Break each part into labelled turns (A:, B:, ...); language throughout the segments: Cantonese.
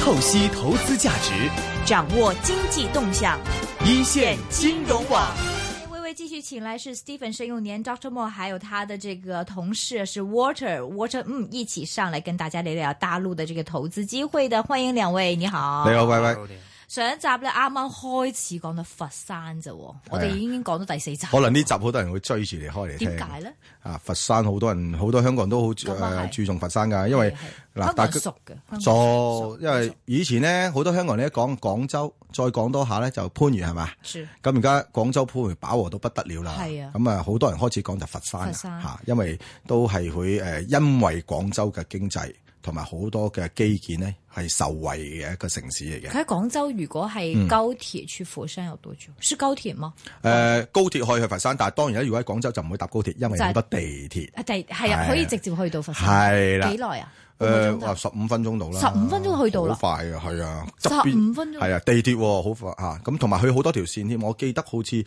A: 透析投资价值，
B: 掌握经济动向，
A: 一线金融网。
B: 微微继续请来是 Stephen 沈永年、Dr. Mo，还有他的这个同事是 Water Water，嗯，一起上来跟大家聊聊大陆的这个投资机会的。欢迎两位，你好。
C: 你好，喂喂，
B: 上一集咧啱啱開始講到佛山啫喎，我哋已經講到第四集。
C: 哎可能呢集好多人會追住嚟開嚟聽。
B: 點解咧？
C: 啊，佛山好多人，好多香港人都好注
B: 咁啊係
C: 誒注重佛山㗎，因為
B: 係係
C: 嗱，
B: 香
C: 大
B: 港
C: 家
B: 人熟嘅，香港人
C: 就
B: 熟
C: 因為以前咧，好多香港人咧講廣州，再講多下咧就番禺係嘛？
B: 是
C: 咁而家廣州番禺飽和到不得了啦。
B: 係啊
C: 咁啊，好多人開始講就佛山啦
B: 佛山
C: 嚇因為都係佢誒，因為廣州嘅經濟同埋好多嘅基建咧係受惠嘅一個城市嚟嘅。
B: 佢喺廣州，如果係高鐵去佛山有多久？
C: 嗯
B: 是高鐵嗎？
C: 誒、呃高鐵可以去佛山，但係當然啦，如果喺廣州就唔會搭高鐵，因為
B: 就係
C: 好多地鐵。
B: 啊，第係
C: 係
B: 啊，
C: 啊
B: 可以直接去到佛山。
C: 係啦
B: 幾，耐啊？
C: 誒
B: 誒，
C: 話呃十五分鐘到啦，
B: 15分鐘去到啦
C: 好快嘅，係啊，
B: 15分鐘
C: 係啊，地鐵喎好快啊，咁同埋佢好多條線添，我記得好似誒，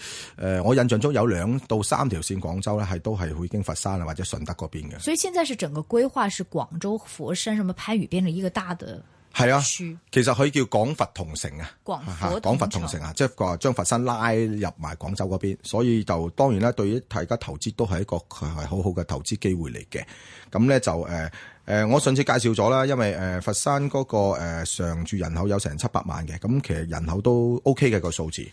C: 我印象中有兩到三條線廣州咧，係都係會經佛山啊或者順德嗰邊嘅，
B: 所以現在是整個規劃是廣州、佛山、什麼番禺變成一個大的
C: 係啊，
B: 區。
C: 其實佢叫廣佛同城啊，
B: 廣佛
C: 嚇
B: 同城
C: 廣佛同城啊，即係話將佛山拉入埋廣州嗰邊，所以就當然啦，對於大家投資都係一個佢係好好嘅投資機會嚟嘅。咁咧就誒誒、呃我上次介紹咗啦，因為誒、呃佛山嗰、個、呃、常住人口有成七百萬嘅，咁其實人口都 OK 嘅個數字。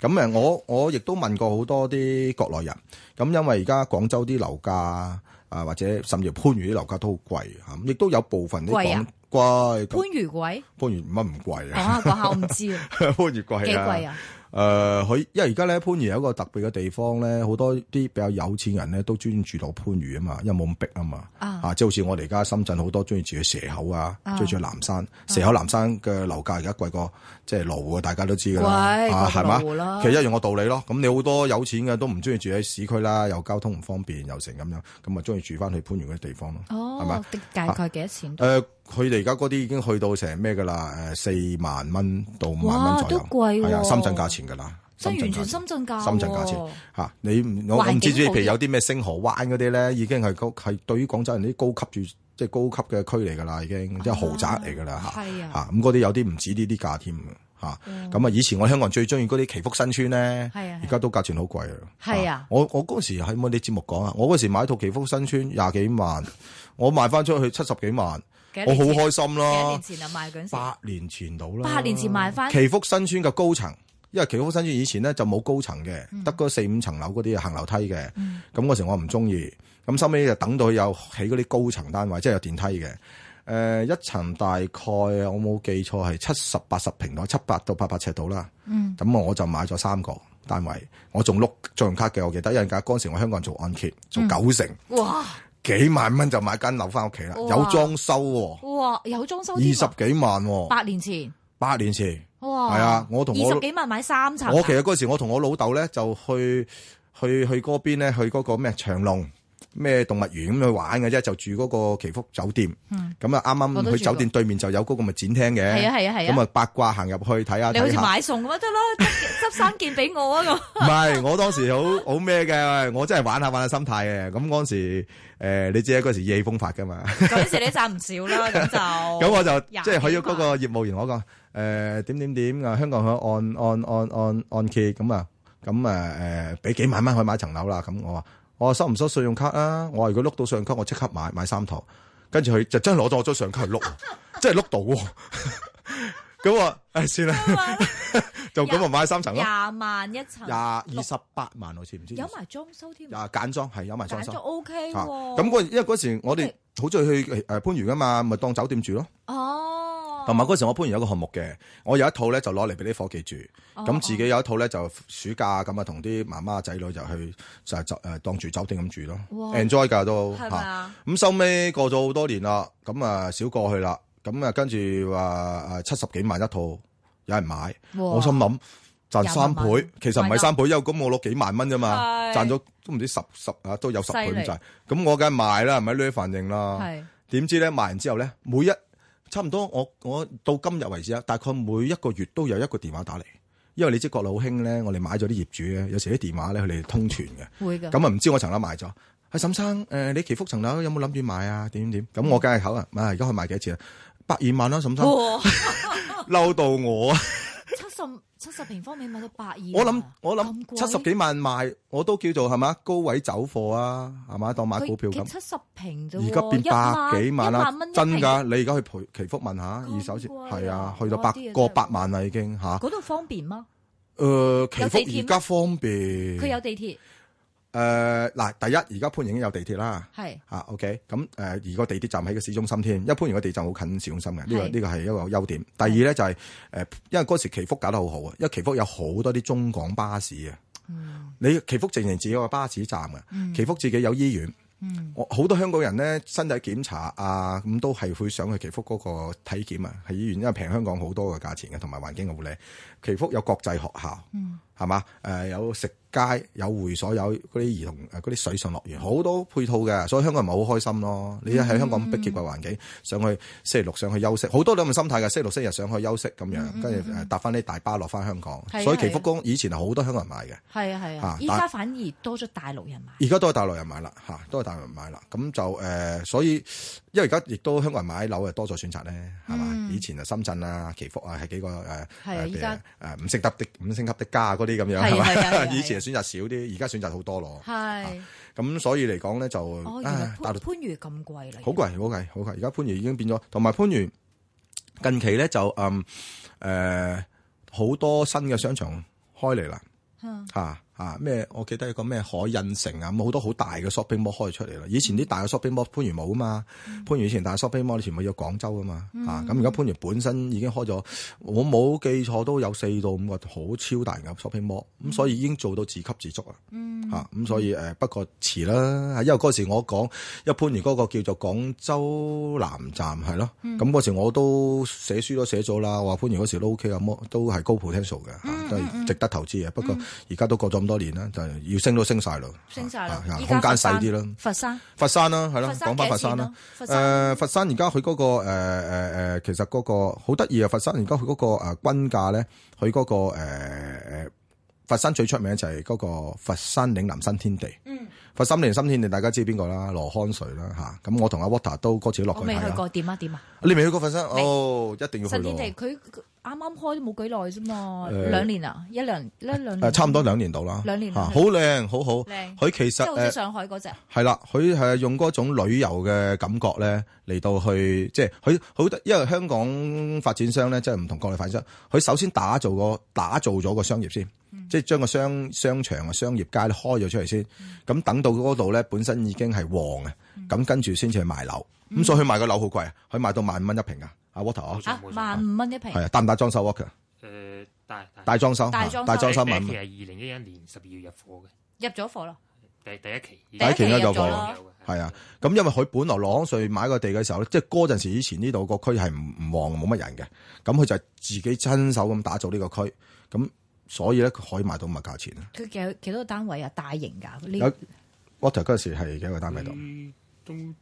C: 咁誒，我我亦都問過好多啲國內人，咁因為而家廣州啲樓價啊，或者甚至番禺啲樓價都好貴嚇，咁亦都有部分啲
B: 貴啊
C: 廣貴咁
B: 番禺 貴，
C: 番禺乜唔貴
B: 講
C: 啊？
B: 下講下，我唔知啊，
C: 番禺貴啊！
B: 幾貴！啊？
C: 誒、佢呃因為而家咧番禺有一個特別嘅地方咧，好多啲比較有錢人咧都專注到番禺啊嘛，因為冇咁逼啊嘛。
B: 啊
C: 即係好似我哋而家深圳好多中意住去蛇口啊，
B: 啊
C: 中意住去南山。蛇口南山嘅樓價而家貴過即係羅湖啊，大家都知㗎啦，
B: 貴
C: 啊
B: 過
C: 係嘛
B: 羅湖啦？
C: 其實一樣嘅道理咯。咁你好多有錢嘅都唔中意住喺市區啦，又交通唔方便，又成咁樣，咁咪中意住翻去番禺嗰啲地方咯，係啊咪、
B: 哦，大概幾多錢？
C: 誒，佢哋而家嗰啲已經去到成咩㗎啦？誒，四萬蚊到五萬
B: 哇
C: 蚊左右，
B: 都貴喎
C: 係啊，深圳價錢㗎啦，
B: 真係
C: 深圳
B: 完全
C: 價錢。
B: 深圳價喎，
C: 深圳價錢嚇、你唔我我唔
B: 哦環境
C: 知知，
B: 好
C: 譬
B: 啲
C: 如有啲咩星河灣嗰啲咧，已經係高係對於廣州人啲高級住即係高級嘅區嚟㗎啦，已經即係豪宅嚟㗎啦嚇
B: 啊係啊嗯
C: 嚇咁嗰啲有啲唔止呢啲價添嚇。咁啊，以前我香港人最中意嗰啲祈福新村咧，
B: 係啊係
C: 而家都價錢好貴啊。
B: 係啊
C: 我我嗰時喺我哋節目講啊，我嗰時買套祈福新村廿幾萬， 我賣翻出去七十幾萬。
B: 幾
C: 我
B: 多
C: 好
B: 年前
C: 開心
B: 幾多年！前啊
C: 啦
B: 賣嗰陣時，
C: 八年前到啦，
B: 八年前買返
C: 祈福新村嘅高層，因為祈福新村以前咧就冇高層嘅，
B: 嗯
C: 得嗰四五層樓嗰啲行樓梯嘅。咁嗰時我唔中意，咁收尾就等到佢有起嗰啲高層單位，即係有電梯嘅。誒、一層大概我冇記錯係七十八十平到七百到八百尺度啦。
B: 嗯，
C: 咁我就買咗三個單位，我仲碌信用卡嘅，我記得，因為嗰陣時我香港人做按揭，做
B: 嗯
C: 九成、
B: 哇
C: 幾萬蚊就買間樓翻屋企啦，
B: 哇
C: 有裝修喎、
B: 哇有裝修
C: 二
B: 添
C: 十
B: 啊，
C: 幾萬喎、
B: 八年前
C: 八年前，
B: 哇，
C: 係啊我同我
B: 二十幾萬買三層啊，
C: 我其實嗰時我同我老豆咧就去去去嗰邊咧，去嗰個咩長隆咩動物園咁去玩嘅啫，就住嗰個祈福酒店。咁啊啱
B: 嗯我都
C: 啱
B: 住
C: 去酒店對面就有嗰個咪展廳嘅。
B: 係啊係啊係啊
C: 咁啊八卦行入去睇下
B: 你好
C: 睇
B: 似
C: 下。
B: 買餸咁啊，得啦，執執三件俾我啊 咁。
C: 唔係，我當時好好咩嘅，我真係玩下玩下心態嘅。咁嗰陣時，誒你知啊，嗰時意氣風發噶嘛。
B: 嗰陣時你賺唔少啦，咁就
C: 咁我就
B: 廿
C: 即係去咗
B: 幾
C: 嗰個業務員，我講誒點點點啊，香港可按按按按按揭咁啊，咁啊誒俾幾萬蚊去買層樓啦。咁我話我話收唔收信用卡啊？我話如果碌到信用卡，我即刻買買三套。跟住佢就真係攞咗我張信用卡去 碌喎，真係碌到喎。咁我話誒算啦， 就咁啊買三層咯，
B: 廿萬一層，
C: 廿二十八萬好似唔知
B: 有埋裝修添，
C: 廿簡裝係有埋裝
B: 揀
C: 修
B: 咗 OK
C: 嚇。
B: 喎。
C: 咁嗰因為嗰時我哋好中意去誒番禺噶嘛，咪當酒店住咯。
B: 哦，
C: 同埋嗰時我搬完有一個項目嘅，我有一套咧就攞嚟俾啲伙計住，咁、
B: 哦
C: 自己有一套咧就暑假咁啊，同啲媽媽仔女就去就係就誒當住酒店咁住咯
B: 哇
C: ，enjoy 㗎都
B: 係咪啊
C: 咁收尾過咗好多年啦，咁啊少過去啦，咁啊跟住話誒呃七十幾萬一套，有人買，
B: 哇
C: 我心諗賺三
B: 廿萬啊
C: 倍，其實唔係三倍，因為咁我攞幾萬蚊啫嘛，
B: 係
C: 賺咗都唔知十十啊都有十倍
B: 犀利
C: 咁賺，咁我梗係賣啦，係咪呢反應啦？
B: 係
C: 點知咧賣完之後咧，每一差唔多我我到今日為止啊，大概每一個月都有一個電話打嚟，因為你知國內好興咧，我哋買咗啲業主咧，有時啲電話咧佢哋通傳嘅，
B: 會嘅。
C: 咁啊唔知我層樓賣咗。阿沈生，誒、你祈福層樓有冇諗住買啊？點點點咁我梗係口啊，啊而家可以賣幾多錢啊？百二萬啦，沈生。
B: 哇！
C: 嬲到我啊！
B: 七十 七十平方米賣到百二啊，
C: 我諗我
B: 咁
C: 諗
B: 貴
C: 七十幾萬賣，我都叫做係嘛高位走貨啊，係嘛當買股票咁。
B: 七十平啫
C: 而
B: 喎，
C: 家變百幾
B: 萬
C: 萬啦
B: 一蚊，一
C: 真
B: 平
C: 㗎！你而家去培祈福問下二手市，
B: 咁貴啊
C: 係啊，去到
B: 哇
C: 百
B: 啲嘢真係
C: 過百萬啦已經吓。
B: 嗰度方便嗎？
C: 誒，
B: 有地鐵
C: 祈福而
B: 咩
C: 家方便。
B: 佢有地鐵
C: 誒嗱，第一而家番禺已經有地鐵啦。
B: 係
C: 啊，OK，咁誒、呃而個地鐵站喺個市中心添，因為番禺個地鐵站好近市中心嘅，呢、個
B: 係
C: 呢個係一個優點。第二咧就係、呃因為嗰時祈福搞得好好啊，因為祈福有好多啲中港巴士啊，
B: 嗯
C: 你祈福淨係自己有個巴士站嘅，
B: 嗯
C: 祈福自己有醫院，
B: 嗯
C: 我好多香港人咧身體檢查啊，咁都係會想去祈福嗰個體檢啊，喺醫院，因為平香港好多嘅價錢嘅，同埋環境好靚。祈福有國際學校。
B: 嗯
C: 係嘛？誒、有食街，有會所，有嗰啲兒童誒嗰啲水上樂園，好多配套嘅，所以香港人咪好開心咯。你一
B: 嗯
C: 喺香港逼仄嘅環境，上去星期六上去休息，好多都咁嘅心態嘅，星期六、星日上去休息咁樣，跟住誒搭翻啲大巴落翻香港
B: 嗯係啊。
C: 所以祈福宮以前係好多香港人買嘅，
B: 係啊係啊
C: 啊，
B: 依
C: 但啊
B: 家反而多咗大陸人買，
C: 而家都係大陸人買啦，嚇都係大陸人買啦。咁就誒、呃所以因為而家亦都香港人買樓又多咗選擇咧，係嘛？
B: 嗯
C: 以前啊深圳啊、祈福啊係幾個誒
B: 係啊
C: 誒
B: 依家
C: 呃誒五星級的五星級的家嗰啲咁
B: 係
C: 樣
B: 啊
C: 係
B: 係啊係啊
C: 嘛？
B: 係啊
C: 以前選擇少啲，而家選擇好多咯。
B: 係
C: 咁所以嚟講咧就
B: 哦，原來
C: 啊，大
B: 番
C: 陸
B: 番禺咁貴啦，
C: 好貴，好貴，好貴。而家番禺已經變咗，同埋番禺近期咧就嗯誒好、多新嘅商場開嚟啦
B: 嗯
C: 嚇嚇咩？我記得有個咩海印城啊，咁好多好大嘅 shopping mall 開咗出嚟啦。以前啲大嘅 shopping mall 番禺冇啊嘛，番禺以前大嘅 shopping mall 你全部要廣州啊嘛嚇。咁而家番禺本身已經開咗，我冇記錯都有四到五個好超大嘅 shopping mall，咁所以已經做到自給自足啦。
B: 嗯
C: 嚇咁、所以誒、呃不過遲啦，因為嗰時我講一般，如嗰個叫做廣州南站係咯，
B: 嗯
C: 咁嗰、時我都寫書都寫咗啦，話番禺嗰時都 OK 啊，摩都係高 potential 嘅啊
B: 嗯
C: 嚇，都係值得投資嘅。不過而家都過咗咁多年啦，就係要升都升晒啦，
B: 升晒啦
C: 嚇，
B: 依家
C: 啊空間
B: 佛山
C: 細啲啦。
B: 佛山
C: 佛山啦，係咯，
B: 佛山
C: 講翻
B: 幾
C: 佛
B: 多錢
C: 山啦
B: 啊。佛
C: 誒、
B: 山
C: 佛山而家佢嗰個誒誒誒，其實嗰、個好得意啊！佛山而家佢嗰個誒均價咧，佢嗰、個誒誒、佛山最出名就係嗰個佛山嶺南新天地。
B: 嗯，
C: 佛山嶺南新天地大家知邊個啦？羅漢瑞啦嚇。咁、我同阿 Water 都嗰次落
B: 我
C: 去
B: 未去
C: 睇啊。
B: 過，點啊點啊？
C: 你未去過佛山？
B: 未
C: 哦，一定要去
B: 新天
C: 咯
B: 地。佢佢啱啱開都冇幾耐啫嘛，
C: 誒
B: 兩年啊，一兩一兩
C: 誒，
B: 年，
C: 差唔多兩年到啦。
B: 兩年
C: 嚇
B: 啦
C: 好靚，好好。
B: 靚
C: 佢其
B: 即
C: 實
B: 係好似
C: 誒。
B: 上海嗰只，
C: 係啦，佢係用嗰種旅遊嘅感覺咧嚟到去，即係佢好得，因為香港發展商咧，即係唔同國內發展商，佢首先打造個打造咗個商業先，
B: 嗯
C: 即係將個商商場啊、商業街咧開咗出嚟先，咁、
B: 嗯
C: 等到嗰度咧本身已經係旺嘅，咁跟住先至去賣樓，咁、
B: 嗯
C: 所以佢賣個樓好貴啊，佢賣到萬五蚊一平啊，阿 Water 啊
D: 冇，錯
B: 啊
D: 冇錯
B: 萬五蚊一平
C: 係，啊，搭唔搭裝修 Walker？
D: 誒呃大大
C: 大裝修，
B: 大
C: 啊
B: 裝修
C: 大裝修
D: 第
C: 萬
D: 一
C: 五
D: 期係
C: 蚊，
D: 二零一一年十二月入貨嘅，
B: 入咗貨啦，
D: 第第一期
B: 第
D: 已經
B: 一期
C: 已經
B: 入
C: 有
B: 咗啦
C: 貨啦。
D: 有嘅
C: 係啊，咁因為佢本來攞稅買個地嘅時候咧，即係嗰陣時以前呢度個區係唔唔旺冇乜人嘅，咁佢就係自己親手咁打造呢個區，咁所以咧佢可以賣到咁嘅價錢啊啦。
B: 佢幾幾多個單位啊？大型㗎呢
C: 有 Water 嗰陣時係幾個單位度，
D: 佢都誒，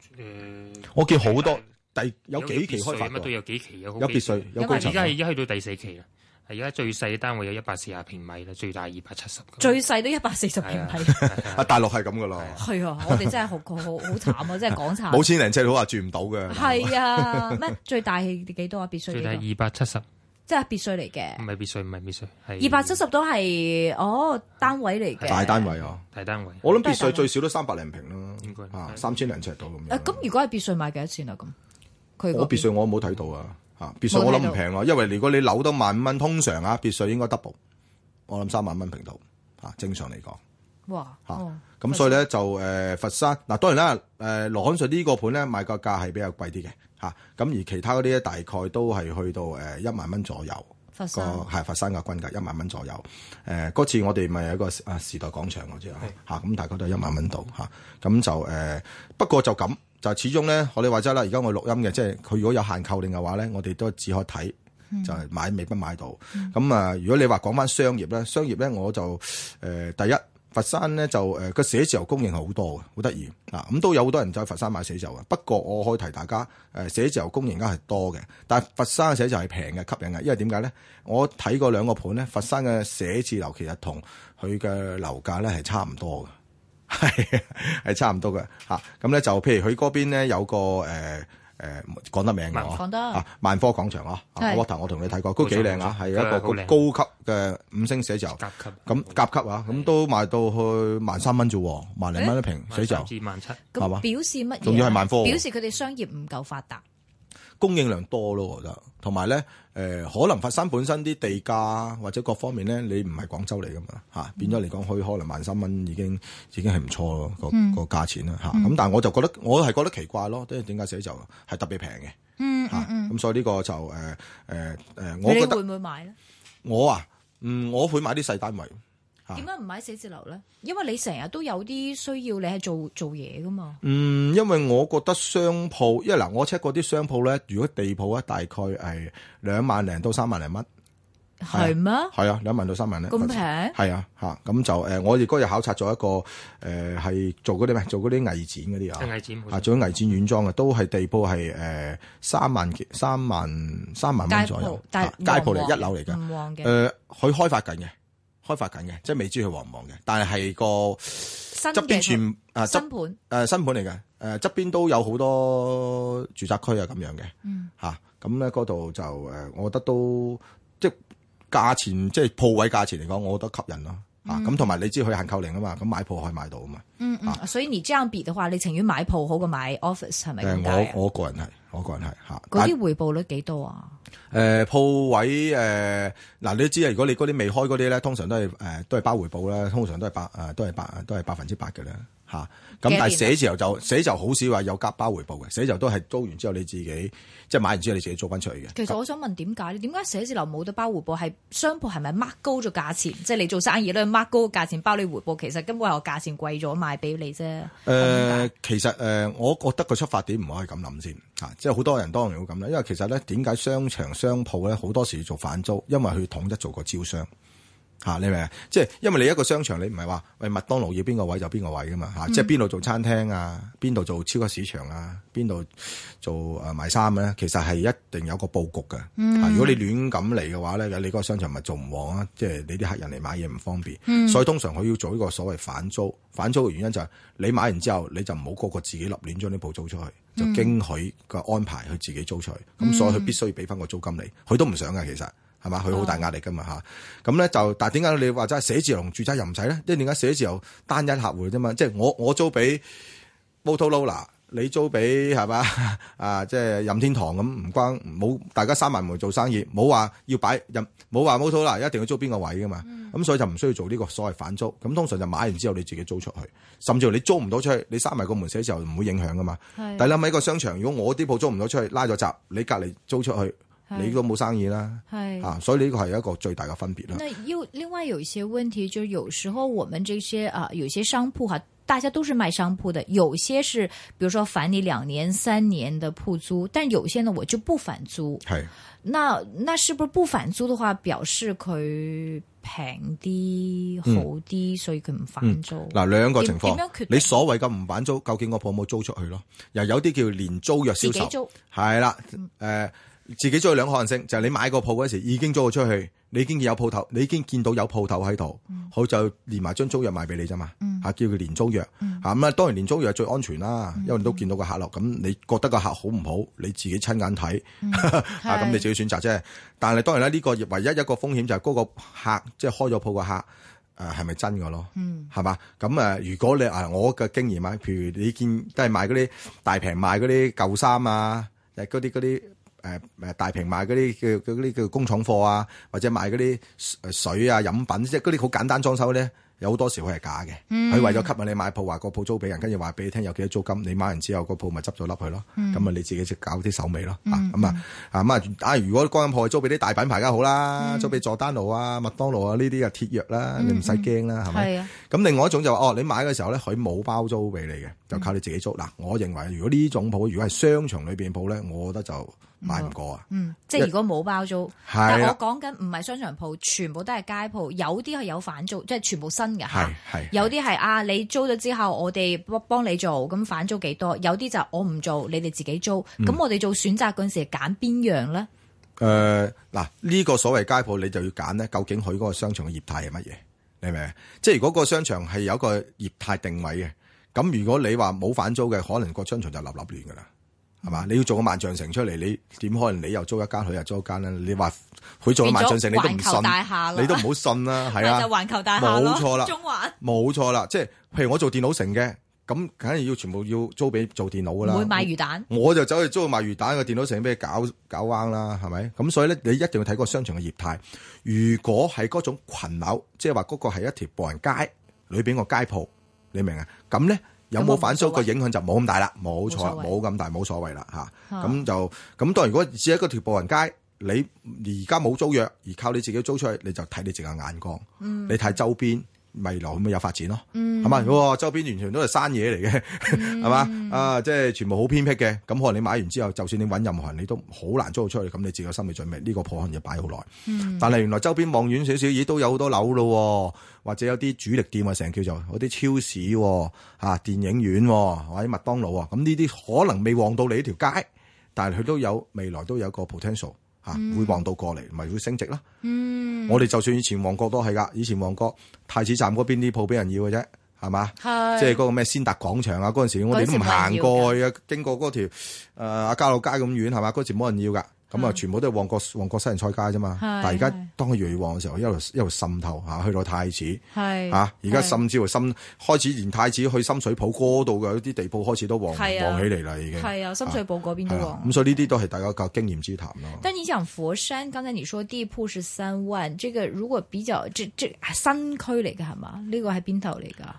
C: 我見好多第有幾期啊開發
D: 乜都
C: 過，
D: 嗯有幾期有
C: 有別墅有高
D: 而
C: 層
D: 家係
C: 啊，
D: 一去到第四期啦，係而家最細嘅單位有一百四十平米啦，最大二百七十。
B: 最細都一百四十平米，
C: 啊大陸係咁噶咯，
B: 係 啊！我哋真係好好好慘啊！真係講
C: 冇
B: 慘，
C: 千零尺好話住唔到嘅。
B: 係啊！咩最大係幾多啊？別墅
D: 最
B: 幾
D: 大
B: 多？
D: 二百七十，唔
B: 即係別墅嚟嘅，
D: 係別墅，唔係別墅，係
B: 二百七十都係哦單位嚟嘅，
C: 大單位啊，
D: 大單位。
C: 我諗別墅最少都三百零平啦，
D: 應該
C: 啊三千零尺到咁
B: 誒
C: 樣。
B: 咁如果係別墅賣幾多錢啊？咁佢嗰
C: 我別
B: 邊
C: 墅我冇睇到啊，嚇別墅我諗唔平咯，因為如果你樓都萬蚊，通常啊別墅應該 double，我諗三萬蚊平到嚇，正常嚟講
B: 哇，
C: 嚇
B: 哦
C: 咁所以咧就誒、呃佛山嗱、當然啦，誒羅漢水呢個盤咧賣個價係比較貴啲嘅嚇，咁、而其他嗰啲咧大概都係去到誒一萬蚊左右。
B: 佛
C: 個
B: 山
C: 係佛山嘅均價一萬蚊左右。誒、嗰次我哋咪有一個啊時代廣場嗰啲啊嚇，咁大概都係一萬蚊度嚇。咁就誒、不過就咁就始終咧，我哋話齋啦，而家我錄音嘅，即係佢如果有限購令嘅話咧，我哋都只可以睇。
B: 嗯
C: 就係買未必買到，咁啊、如果你話講翻商業咧，商業咧我就誒、第一佛山咧就誒個、寫字樓供應好多嘅，好得意啊！咁都有好多人就喺佛山買寫字樓嘅。不過我可以提大家誒、寫字樓供應而家係多嘅，但係佛山嘅寫字樓係平嘅、吸引嘅，因為點解咧？我睇過兩個盤咧，佛山嘅寫字樓其實同佢嘅樓價咧係差唔多嘅。係係差唔多嘅嚇。咁咧就譬如佢嗰邊咧有個誒誒、誒講得明
D: 萬
C: 嘅
B: 講
C: 嗬，
B: 得
C: 啊萬科廣場啊，啊
B: 係
C: Water 我同你睇過，都幾靚啊，
D: 冇錯
C: 係一個
D: 好靚
C: 高高級嘅五星寫字樓。
D: 甲級
C: 咁
B: 嗯
C: 甲級啊，咁都賣到去萬三蚊啫喎，萬零蚊一瓶
D: 萬
C: 寫字
D: 三
C: 樓，
D: 至萬七，
C: 係
B: 咁
C: 嘛
B: 表示乜嘢？啊
C: 仲要係萬科喎
B: 表示佢哋商業唔夠發達。
C: 供應量多咯，我覺得。同埋咧，誒、可能佛山本身啲地價或者各方面咧，你唔係廣州嚟噶嘛嚇，
B: 嗯
C: 變咗嚟講，佢可能萬三蚊已經已經係唔錯咯，個、
B: 嗯
C: 個價錢啊啦嚇。咁、但係我就覺得我係覺得奇怪咯，即係點解寫就係特別平嘅
B: 嗯
C: 嚇，咁、所以呢個就誒誒誒，
B: 你
C: 我覺
B: 哋
C: 得
B: 會唔會買咧？
C: 我啊，嗯，我會買啲細單位。啊
B: 點解唔買寫字樓咧？因為你成日都有啲需要，你係做做嘢噶嘛。
C: 嗯，因為我覺得商鋪，因為嗱，我 check 過啲商鋪咧，如果地鋪咧，大概係兩萬零到三萬零蚊，
B: 係咩？
C: 係啊，兩萬到三萬零
B: 咁
C: 蚊。
B: 平？
C: 係啊，嚇咁就誒、呃我哋嗰日考察咗一個誒係、做嗰啲咩，做嗰啲藝展嗰
D: 即係
C: 啲啊，
D: 藝展冇
C: 啊
D: 錯，
C: 做啲藝展軟裝嘅，都係地鋪係誒三萬幾三萬三萬蚊
B: 街
C: 左
B: 鋪
C: 右，，
B: 但
C: 啊
B: 係
C: 街鋪嚟
B: 旺
C: 一樓嚟呃㗎，
B: 唔旺
C: 誒
B: 嗯嘅，
C: 佢、開發緊嘅，開發緊嘅，即係未知佢旺唔旺嘅，但係個
B: 新
C: 側
B: 嘅
C: 邊全啊側
B: 新盤。
C: 誒新盤嚟嘅，誒側邊都有好多住宅區啊咁樣嘅
B: 嗯，
C: 嚇，咁咧嗰度就誒、我覺得都即係價錢，即係鋪位價錢嚟講，我覺得吸引咯。啊，咁同埋你知佢限購令啊嘛，咁買鋪可以買到啊嘛。
B: 嗯嗯，所以你這樣別嘅話，你情願買鋪好過買 office 係咪咁解
C: 誒，
B: 啊
C: 我我個人係，我個人係嚇。
B: 嗰啲回報率幾多啊？
C: 誒呃鋪位誒嗱，你都知啊，如果你嗰啲未開嗰啲咧，通常都係誒都係包回報啦，通常都係百誒都係百都係百分之百嘅啦嚇。咁
B: 幾多
C: 但係
B: 年啊
C: 寫字樓就寫字樓好少話有夾包回報嘅，寫字樓都係租完之後你自己即係買完之後你自己租翻出去嘅。
B: 其實我想問點解咧？點解寫字樓冇得包回報？係商鋪係咪 mark 高咗價錢？即係你做生意咧 mark 高個價錢包你回報，其實根本係個價錢貴咗賣俾你啫。
C: 誒、其實誒、我覺得個出發點唔可以咁諗先嚇，即係好多人當然會咁啦，因為其實咧點解商場商鋪咧好多時要做反租，因為佢統一做過招商嚇、你明唔明啊？即係因為你一個商場，你唔係話喂麥當勞要邊個位就邊個位噶嘛嚇，即係邊度做餐廳啊，邊度做超級市場啊，邊度做誒賣衫咧，其實係一定有個佈局嘅、啊如果你亂咁嚟嘅話咧，你嗰個商場咪做唔旺啊，即係你啲客人嚟買嘢唔方便，所以通常佢要做呢個所謂反租。反租嘅原因就係你買完之後，你就唔好個個自己立亂將啲鋪租出去，就經佢個安排佢自己租出去。咁、所以佢必須要俾翻個租金你，佢都唔想嘅其實。係嘛？佢好大壓力噶嘛嚇，咁咧就，但係點解你話齋寫字樓同住宅又唔使咧？即係點解寫字樓單一客戶啫嘛？即係我我租俾 Motorola，你租俾係嘛啊？即係任天堂咁，唔關冇大家閂埋門做生意，冇話要擺任，冇話 Motorola 一定要租邊個位噶嘛。
B: 嗯
C: 咁、所以就唔需要做呢個所謂反租。咁通常就買完之後你自己租出去，甚至乎你租唔到出去，你閂埋個門寫字樓唔會影響噶嘛。
B: 係
C: 但係你諗喺個商場，如果我啲鋪租唔到出去，拉咗閘，你隔離租出去，
B: 係
C: 你都冇生意啦。
B: 係
C: 啊，所以呢個係一個最大嘅分別啦。
B: 那又另外有一些问题，就是有时候我们这些啊，有些商铺哈、大家都是卖商铺的，有些是比如说返你两年、三年的铺租，但有些呢我就不返租。
C: 係
B: 那那是不是不返租嘅話，表示佢平啲、好啲，所以佢唔返租？
C: 嗯嗱兩個情
B: 點點樣決
C: 況
B: 定，
C: 你所謂嘅唔反租，究竟個鋪有冇租出去咯？又有啲叫連租約
B: 自
C: 銷
B: 己
C: 售，
B: 租
C: 係啦，誒、自己租有兩可能性，就係、你買個鋪嗰時已經租咗出去，你已經有鋪頭，你已經見到有鋪頭喺度，佢、就連埋張租約賣俾你啫嘛，嚇、啊叫佢連租約嚇咁啊，當然連租約最安全啦，因為你都見到個客落，咁你覺得個客好唔好，你自己親眼睇。啊，咁你自己選擇啫。但係當然啦，呢、個唯一一個風險就係嗰個客，即係開咗鋪個客，誒係咪真嘅咯？嗯，係嘛？咁誒、呃如果你啊，我嘅經驗啊，譬如你見都係賣嗰啲大平賣嗰啲舊衫啊，誒嗰啲嗰啲。誒誒大平賣嗰啲叫嗰啲叫工廠貨啊，或者賣嗰啲誒水啊、飲品，即係嗰啲好簡單裝修咧，有好多時佢係假嘅。佢、為咗吸引你買鋪，話個鋪租俾人，跟住話俾你聽有幾多租金，你買完之後個鋪咪執咗笠佢咯。咁啊、你自己即搞啲手尾咯。啊咁啊啊咁啊啊！如果嗰間鋪係租俾啲大品牌梗係好啦，租俾佐丹奴啊、麥當勞啊呢啲啊鐵約啦，你唔使驚啦，係咪、
B: 係啊，
C: 咁另外一種就話、哦，你買嘅時候咧，佢冇包租俾你嘅，就靠你自己租。嗱、我認為如果呢種鋪，如果係商場裏邊鋪咧，我覺得就買唔過啊。
B: 嗯，即係如果冇包租，但
C: 係啊
B: 我
C: 啦，
B: 講緊唔係商場鋪，全部都係街鋪，有啲係有反租，即係全部新嘅嚇
C: 係。係
B: 有啲係啊，你租咗之後，我哋幫幫你做，咁反租幾多？有啲就我唔做，你哋自己租。
C: 嗯
B: 咁、我哋做選擇嗰陣時，揀邊樣咧？
C: 誒嗱，呢個所謂街鋪，你就要揀咧，究竟佢嗰個商場嘅業態係乜嘢？你明唔明？即係如果個商場係有一個業態定位嘅，咁如果你話冇反租嘅，可能個商場就立立亂㗎啦。係
B: 嗯
C: 嘛？你要做個萬象城出嚟，你點可能你又租一間，佢又租一間咧？你話佢做咗萬象城，你都唔
B: 變咗環球大廈啦
C: 信，你都唔好信啦，係
B: 咪就
C: 啊，
B: 環球大廈
C: 冇錯
B: 咯，
C: 啦
B: 中環
C: 冇錯啦。即係譬如我做電腦城嘅，咁梗係要全部要租俾做電腦噶啦。
B: 唔會賣魚蛋。
C: 我就走去租賣魚蛋個電腦城俾佢搞搞彎啦，係咪？咁所以咧，你一定要睇個商場嘅業態。如果係嗰種群樓，即係話嗰個係一條步人街裏邊個街鋪，你明啊？咁咧有
B: 咁啊
C: 冇反
B: 冇所
C: 蘇
B: 謂
C: 個影響就冇咁大啦，冇錯啦，
B: 冇所謂
C: 冇咁大，冇所謂啦嚇。
B: 啊
C: 咁就咁當然，如果只係一個條步人街，你而家冇租約，而靠你自己租出去，你就睇你自己嘅眼光，你睇周邊。未來會唔會有發展咯？係嘛、哇！周邊完全都係山嘢嚟嘅，係嘛、啊，即係全部好偏僻嘅。咁可能你買完之後，就算你揾任何人，你都好難租到出去。咁你自己有心理準備，呢、個破可能要擺好耐。但係原來周邊望遠少少，咦都有好多樓咯喎，或者有啲主力店啊，成日叫做嗰啲超市喎、啊、電影院喎、或者麥當勞啊，咁呢啲可能未旺到你呢條街。但係佢都有未來都有個 potential 嚇、會旺到過嚟，咪會升值啦。嗯，我哋就算以前旺角都係噶，以前旺角太子站嗰邊啲鋪俾人要嘅啫，係嘛？
B: 係
C: 即係嗰個咩先達廣場啊，嗰陣時我哋都唔行過去啊，經過嗰條呃誒亞皆老街咁遠係嘛？嗰時冇人要噶，咁啊全部都係旺角旺角西人菜街啫嘛。
B: 係
C: 但係而家
B: 係
C: 當佢越嚟越旺嘅時候，一路一路滲透嚇、去到太子。
B: 係
C: 嚇！啊而家
B: 係
C: 甚至乎深開始連太子去深水埗嗰度嘅啲地鋪開始都旺旺起
B: 係啊
C: 嚟啦，已經
B: 係啊，深水埗嗰邊都
C: 係
B: 旺
C: 啊。咁所以呢啲都係大家個經驗之談咯。
B: 但你想佛山，刚才你说地铺是三万，这个如果比较这这新区啊嚟嘅系嘛？呢、個个喺边头嚟噶？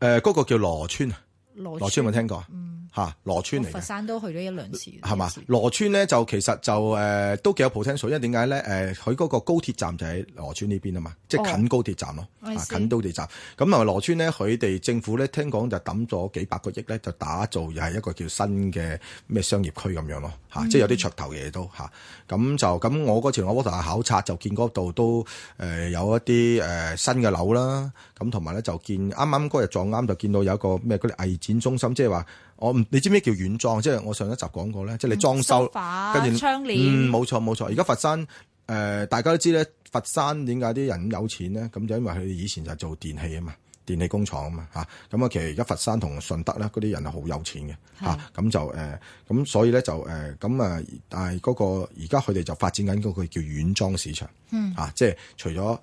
C: 誒，嗰個叫羅村啊，
B: 羅
C: 羅村有冇聽過啊？嚇，羅村嚟
B: 哦佛
C: 嘅。
B: 山都去咗一兩次，
C: 係嘛？羅村咧就其實就誒、呃都幾有 potential，因為點解咧？誒、佢嗰個高鐵站就喺羅村呢邊啊嘛，即係近高鐵站咯，
B: I
C: 啊
B: see
C: 近高鐵站。咁啊羅村咧，佢哋政府咧聽講就抌咗幾百個億咧，就打造又係一個叫新嘅咩商業區咁樣咯，嚇、
B: 嗯
C: 即係有啲噱頭嘢都嚇。咁、就咁，我嗰次我嗰度考察就見嗰度都誒、呃有一啲誒、呃新嘅樓啦，咁同埋咧就見啱啱嗰日撞啱就見到有一個咩嗰啲藝展中心，即係話。我唔，你知唔知叫軟裝？即係我上一集講過咧，即係你裝修，
B: 跟
C: 跟
B: 住
C: 住
B: 窗
C: 嗯，
B: 簾，
C: 冇錯冇錯。而家佛山誒、呃大家都知咧，佛山點解啲人咁有錢咧？咁就因為佢以前就係做電器啊嘛，電器工廠啊嘛嚇。咁啊，其實而家佛山同順德咧，嗰啲人係好有錢嘅
B: 係
C: 嚇。咁、就誒，咁、所以咧就誒，咁、啊，但係嗰、個而家佢哋就發展緊嗰個叫軟裝市場，嗯嚇、即係除咗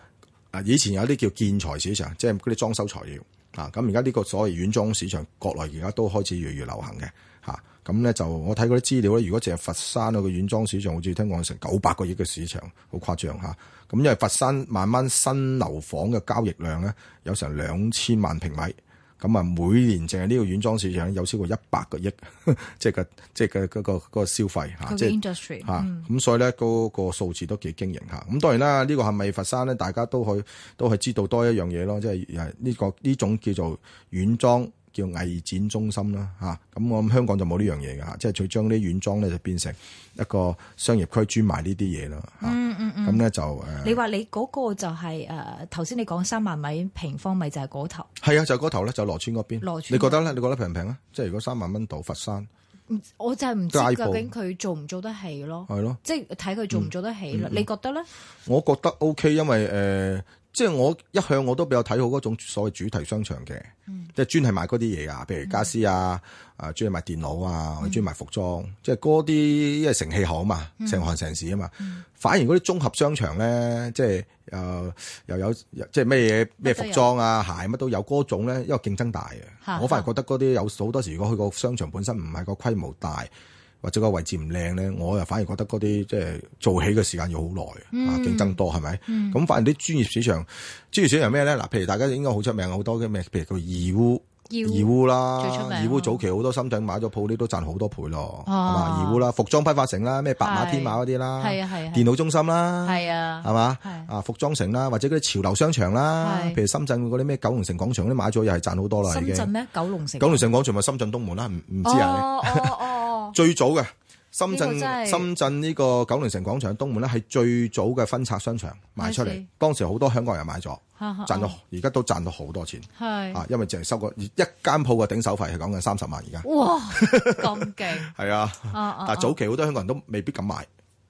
C: 啊，以前有啲叫建材市場，即係嗰啲裝修材料啊。咁而家呢個所謂軟裝市場，國內而家都開始越嚟越流行嘅嚇。咁、咧就我睇嗰啲資料咧，如果淨係佛山嗰個軟裝市場，好似聽講成九百個億嘅市場，好誇張嚇。咁、因為佛山慢慢新樓房嘅交易量咧，有成兩千萬平米。咁啊，每年淨係呢個軟裝市場有超過一百個億， 即係個即係個嗰個嗰個消費嚇，
B: 佢
C: 啊即係
B: 嘅 industry
C: 嚇，
B: 嗯
C: 咁、所以咧嗰、個數字都幾驚人嚇。咁當然啦，呢、個係咪佛山咧？大家都去都係知道多一樣嘢咯，即係誒呢個呢種叫做軟裝。叫藝展中心啦嚇，咁、我諗香港就冇呢樣嘢嘅嚇，即係佢將啲軟裝咧就變成一個商業區專賣呢啲嘢啦嚇，咁咧、
B: 嗯
C: 就誒
B: 你話你嗰個就係誒頭先你講三萬米平方米就係嗰頭，
C: 係啊，就嗰頭咧就羅村嗰邊，
B: 羅村
C: 你覺得咧？你覺得平唔平啊？即係如果三萬蚊到佛山
B: 我就係唔知
C: 街鋪
B: 究竟佢做唔做得起咯，
C: 係咯，
B: 即係睇佢做唔做得起
C: 嗯
B: 啦。你覺得咧？
C: 我覺得 OK，因為誒、呃即係我一向我都比較睇好嗰種所謂主題商場嘅，即係專係賣嗰啲嘢啊，譬如家私啊，啊專係賣電腦啊，或者專係賣服裝，即係嗰啲因為成氣候啊嘛，成行成市啊嘛，反而嗰啲綜合商場咧，即係誒、呃又有即係咩嘢咩服裝啊鞋乜都有嗰種咧，因為競爭大啊
B: 嚇
C: 嘅，我反而覺得嗰啲有好多時，如果佢個商場本身唔係個規模大。或者個位置唔靚咧，我又反而覺得嗰啲即係做起嘅時間要好耐，
B: 嗯
C: 啊競爭多係咪？咁、反而啲專業市場，專業市場咩咧？嗱，譬如大家應該好出名好多嘅咩，譬如叫義烏。
B: 義烏
C: 義烏啦，
B: 最出名啊
C: 義烏早期好多深圳買咗鋪，呢都賺好多倍咯，係
B: 啊
C: 嘛？義烏啦，服裝批發城啦，咩白馬
B: 係
C: 天馬嗰啲
B: 係啊
C: 啦，
B: 係啊係啊
C: 電腦中心啦，
B: 係啊
C: 係嘛
B: 係？
C: 啊，服裝城啦，或者嗰啲潮流商場啦，
B: 係
C: 譬如深圳嗰啲咩九龍城廣場嗰啲買咗又係賺好多啦，已
B: 深
C: 經。
B: 圳咩？九龍城
C: 九龍城廣場咪深圳東門啦，唔唔
B: 哦
C: 知啊你。
B: 哦哦哦，
C: 最早嘅深
B: 呢個真
C: 圳
B: 係
C: 深圳呢個九龍城廣場東門咧，係最早嘅分拆商場賣出
B: I
C: 嚟
B: see，
C: 當時好多香港人買咗，
B: 哦
C: 賺咗而家都賺到好多錢
B: 係
C: 啊！因為淨係收個一間鋪嘅頂手費係講緊三十萬而家，
B: 哇咁勁！
C: 係啊！
B: 啊啊
C: 但係早期好多香港人都未必敢買。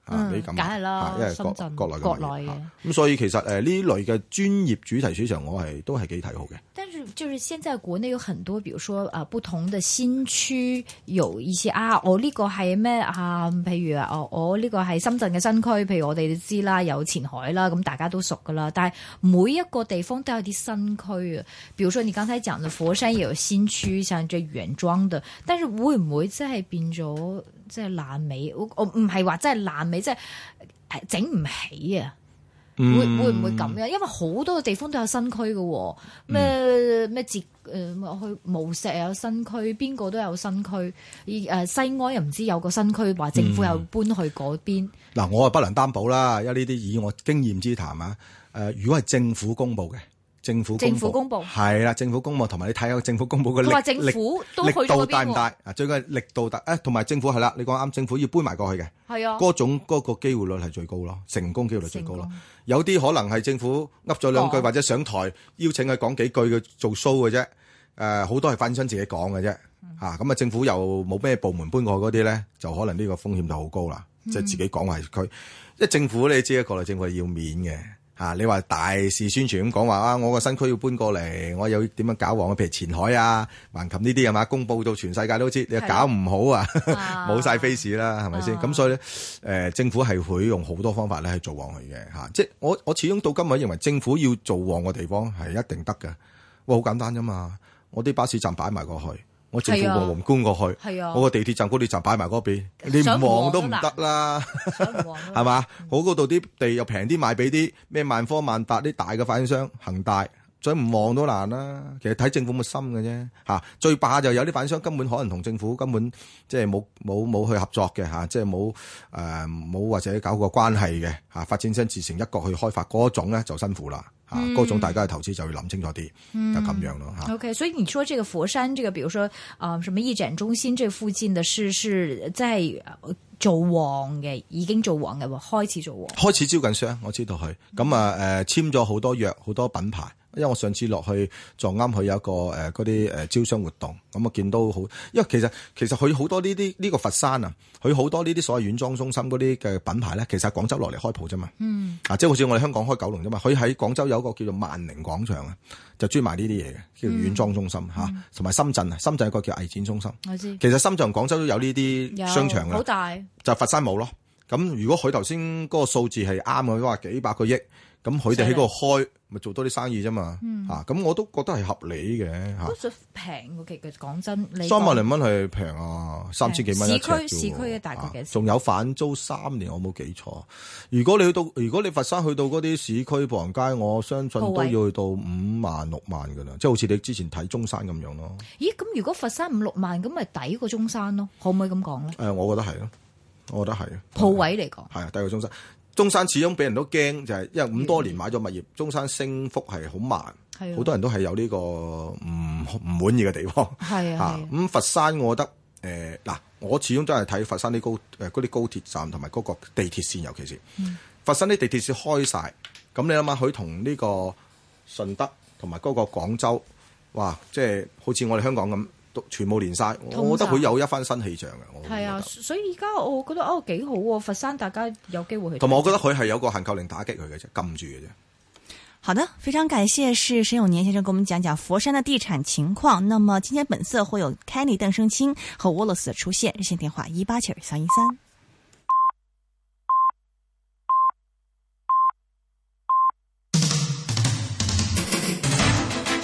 C: 啊，
B: 嗯
C: 未敢
B: 梗係
C: 買
B: 啦
C: 啊因為國
B: 深圳
C: 國內嘅
B: 國
C: 買
B: 內
C: 嘢
B: 嘅
C: 啊咁所以其實誒呢類嘅專業主題市場，我係都係幾睇好嘅。
B: 但是就是就是现在国内有很多，比如说啊、呃不同的新區有一些啊，我呢個係咩啊？譬如啊，哦我呢個係深圳嘅新區，譬如我哋都知啦，有前海啦，咁大家都熟噶啦。但係每一個地方都有啲新區啊，比如說你剛才講嘅佛山也有新區，像即係原裝嘅，但是會唔會真係變咗即係爛尾？我我唔係話真係爛尾，即係誒整唔起啊！會
C: 嗯
B: 會唔會咁樣？因為好多個地方都有新區嘅喎，
C: 嗯
B: 咩咩浙誒我去無錫有新區，邊個都有新區。而誒西安又唔知有個新區，話政府
C: 嗯
B: 又搬去嗰邊。
C: 嗱，我啊不能擔保啦，因為呢啲以我經驗之談啊，誒、如果係政府公布嘅，政府
B: 政府公布
C: 係啦，政府公布同埋你睇下政府公布嘅
B: 佢話
C: 力
B: 政
C: 力
B: 府都去
C: 力
B: 咗嗰
C: 度
B: 邊
C: 大唔
B: 喎，
C: 大啊？最緊係力度大，誒、同埋政府係啦，你講啱，政府要搬埋過去嘅，
B: 係啊，
C: 嗰種嗰、個機會率係最高咯，成功機會率最高
B: 成
C: 咯
B: 功。
C: 有啲可能係政府噏咗兩句
B: 講
C: 或者上台邀請佢講幾句嘅做 show 嘅啫，誒、好多係翻身自己講嘅啫，
B: 嗯
C: 嚇咁啊政府又冇咩部門搬過去嗰啲咧，就可能呢個風險就好高啦，
B: 嗯
C: 即係自己講話佢，因為政府你知啊，國內政府係要面嘅。嚇！你話大肆宣傳咁講話啊，我個新區要搬過嚟，我又要點樣搞旺啊？譬如前海啊、橫琴呢啲係嘛，公佈到全世界都知，你又
B: 係啊
C: 搞唔好啊！ 冇晒
B: 飛
C: face 啦，係咪先？
B: 啊
C: 咁所以咧，誒、呃政府係會用好多方法咧去做旺佢嘅嚇。即係我我始終到今日認為政府要做旺個地方係一定得嘅。哇，好簡單啫嘛！我啲巴士站擺埋過去，我政府
B: 係啊
C: 黃皇官過去，
B: 係啊
C: 我個地鐵站、高鐵站擺埋嗰邊，你
B: 想
C: 唔
B: 旺
C: 旺
B: 都
C: 都唔得啊啦。
B: 想 唔旺
C: 係嘛？我嗰度啲地又平啲賣俾啲咩萬科、萬達啲大嘅發展商，恒大，想唔望都難啦。其實睇政府冇心嘅啫嚇，最怕就有啲發展商根本可能同政府根本即係冇冇冇去合作嘅嚇、即係冇誒冇或者搞個關係嘅嚇、發展商自成一國去開發嗰種咧就辛苦啦嚇，嗰、種大家嘅投資就要諗清楚啲，就咁樣咯嚇。
B: OK，所以啊你说这个佛山这个，比如说啊、呃什么一展中心这附近的是是在呃做旺嘅，已經做旺嘅喎，開始做旺。
C: 開始招緊商，我知道佢咁啊誒簽咗好多約，好多品牌。因為我上次落去撞啱佢有一個誒嗰啲誒招商活動，咁啊見到好，因為其實其實佢好多呢啲呢個佛山啊，佢好多呢啲所謂軟裝中心嗰啲嘅品牌咧，其實係廣州落嚟開鋪啫嘛，嗯，啊即係好似我哋香港開九龍啫嘛，佢喺廣州有一個叫做萬寧廣場啊，就專賣呢啲嘢嘅，叫軟裝中心嚇，同埋、深圳啊，深圳有個叫藝展中心，
B: 我知
C: 其實深圳同廣州都有呢啲商場啊㗎啦
B: 好大，
C: 就佛山冇咯。咁如果佢頭先嗰個數字係啱嘅，話幾百個億，咁佢哋喺嗰度開，咪做多啲生意啫嘛。
B: 嗯
C: 啊，咁我都覺得係合理嘅
B: 不
C: 嚇。
B: 過平喎，其實講真，你
C: 啊三萬
B: 講
C: 零蚊係平啊，三千幾蚊一尺啫喎
B: 市區市區嘅大概幾多
C: 啊
B: 錢
C: 仲有反租三年，我冇記錯。如果你去到，如果你佛山去到嗰啲市區步行街，我相信
B: 鋪
C: 都
B: 位
C: 要去到五萬六萬㗎啦，即係好似你之前睇中山咁樣咯。
B: 咦，咁如果佛山五六萬，咁咪抵過中山咯？可唔可以咁講咧？
C: 誒，我覺得係咯，我覺得係。
B: 鋪位嚟講，
C: 係啊，第二個中山，中山始終俾人都驚，就係、因為咁多年買咗物業，中山升幅係好慢，
B: 嗯係啊，
C: 好多人都係有呢個唔唔滿意嘅地方
B: 係
C: 嚇。
B: 啊
C: 咁、，佛山，我覺得誒嗱、我始終都係睇佛山啲高誒嗰啲高鐵站同埋嗰個地鐵線，尤其是、
B: 嗯
C: 佛山啲地鐵線開晒，咁你諗下佢同呢個順德同埋嗰個廣州，哇！即係好似我哋香港咁，都全部連晒，我覺得
B: 通晒
C: 佢有一番新氣象嘅。我
B: 係啊，係啊，
C: 覺得
B: 所以而家我覺得哦幾好喎，佛山大家有機會去。
C: 同埋我覺得佢係有個限購令打擊佢嘅啫，撳住嘅啫。
E: 好的，非常感谢是沈永年先生给我们讲讲佛山的地产情况。那么今天本色会有 Kenny 邓声清和 Wallace 的出现，热线电话一八七二三一三。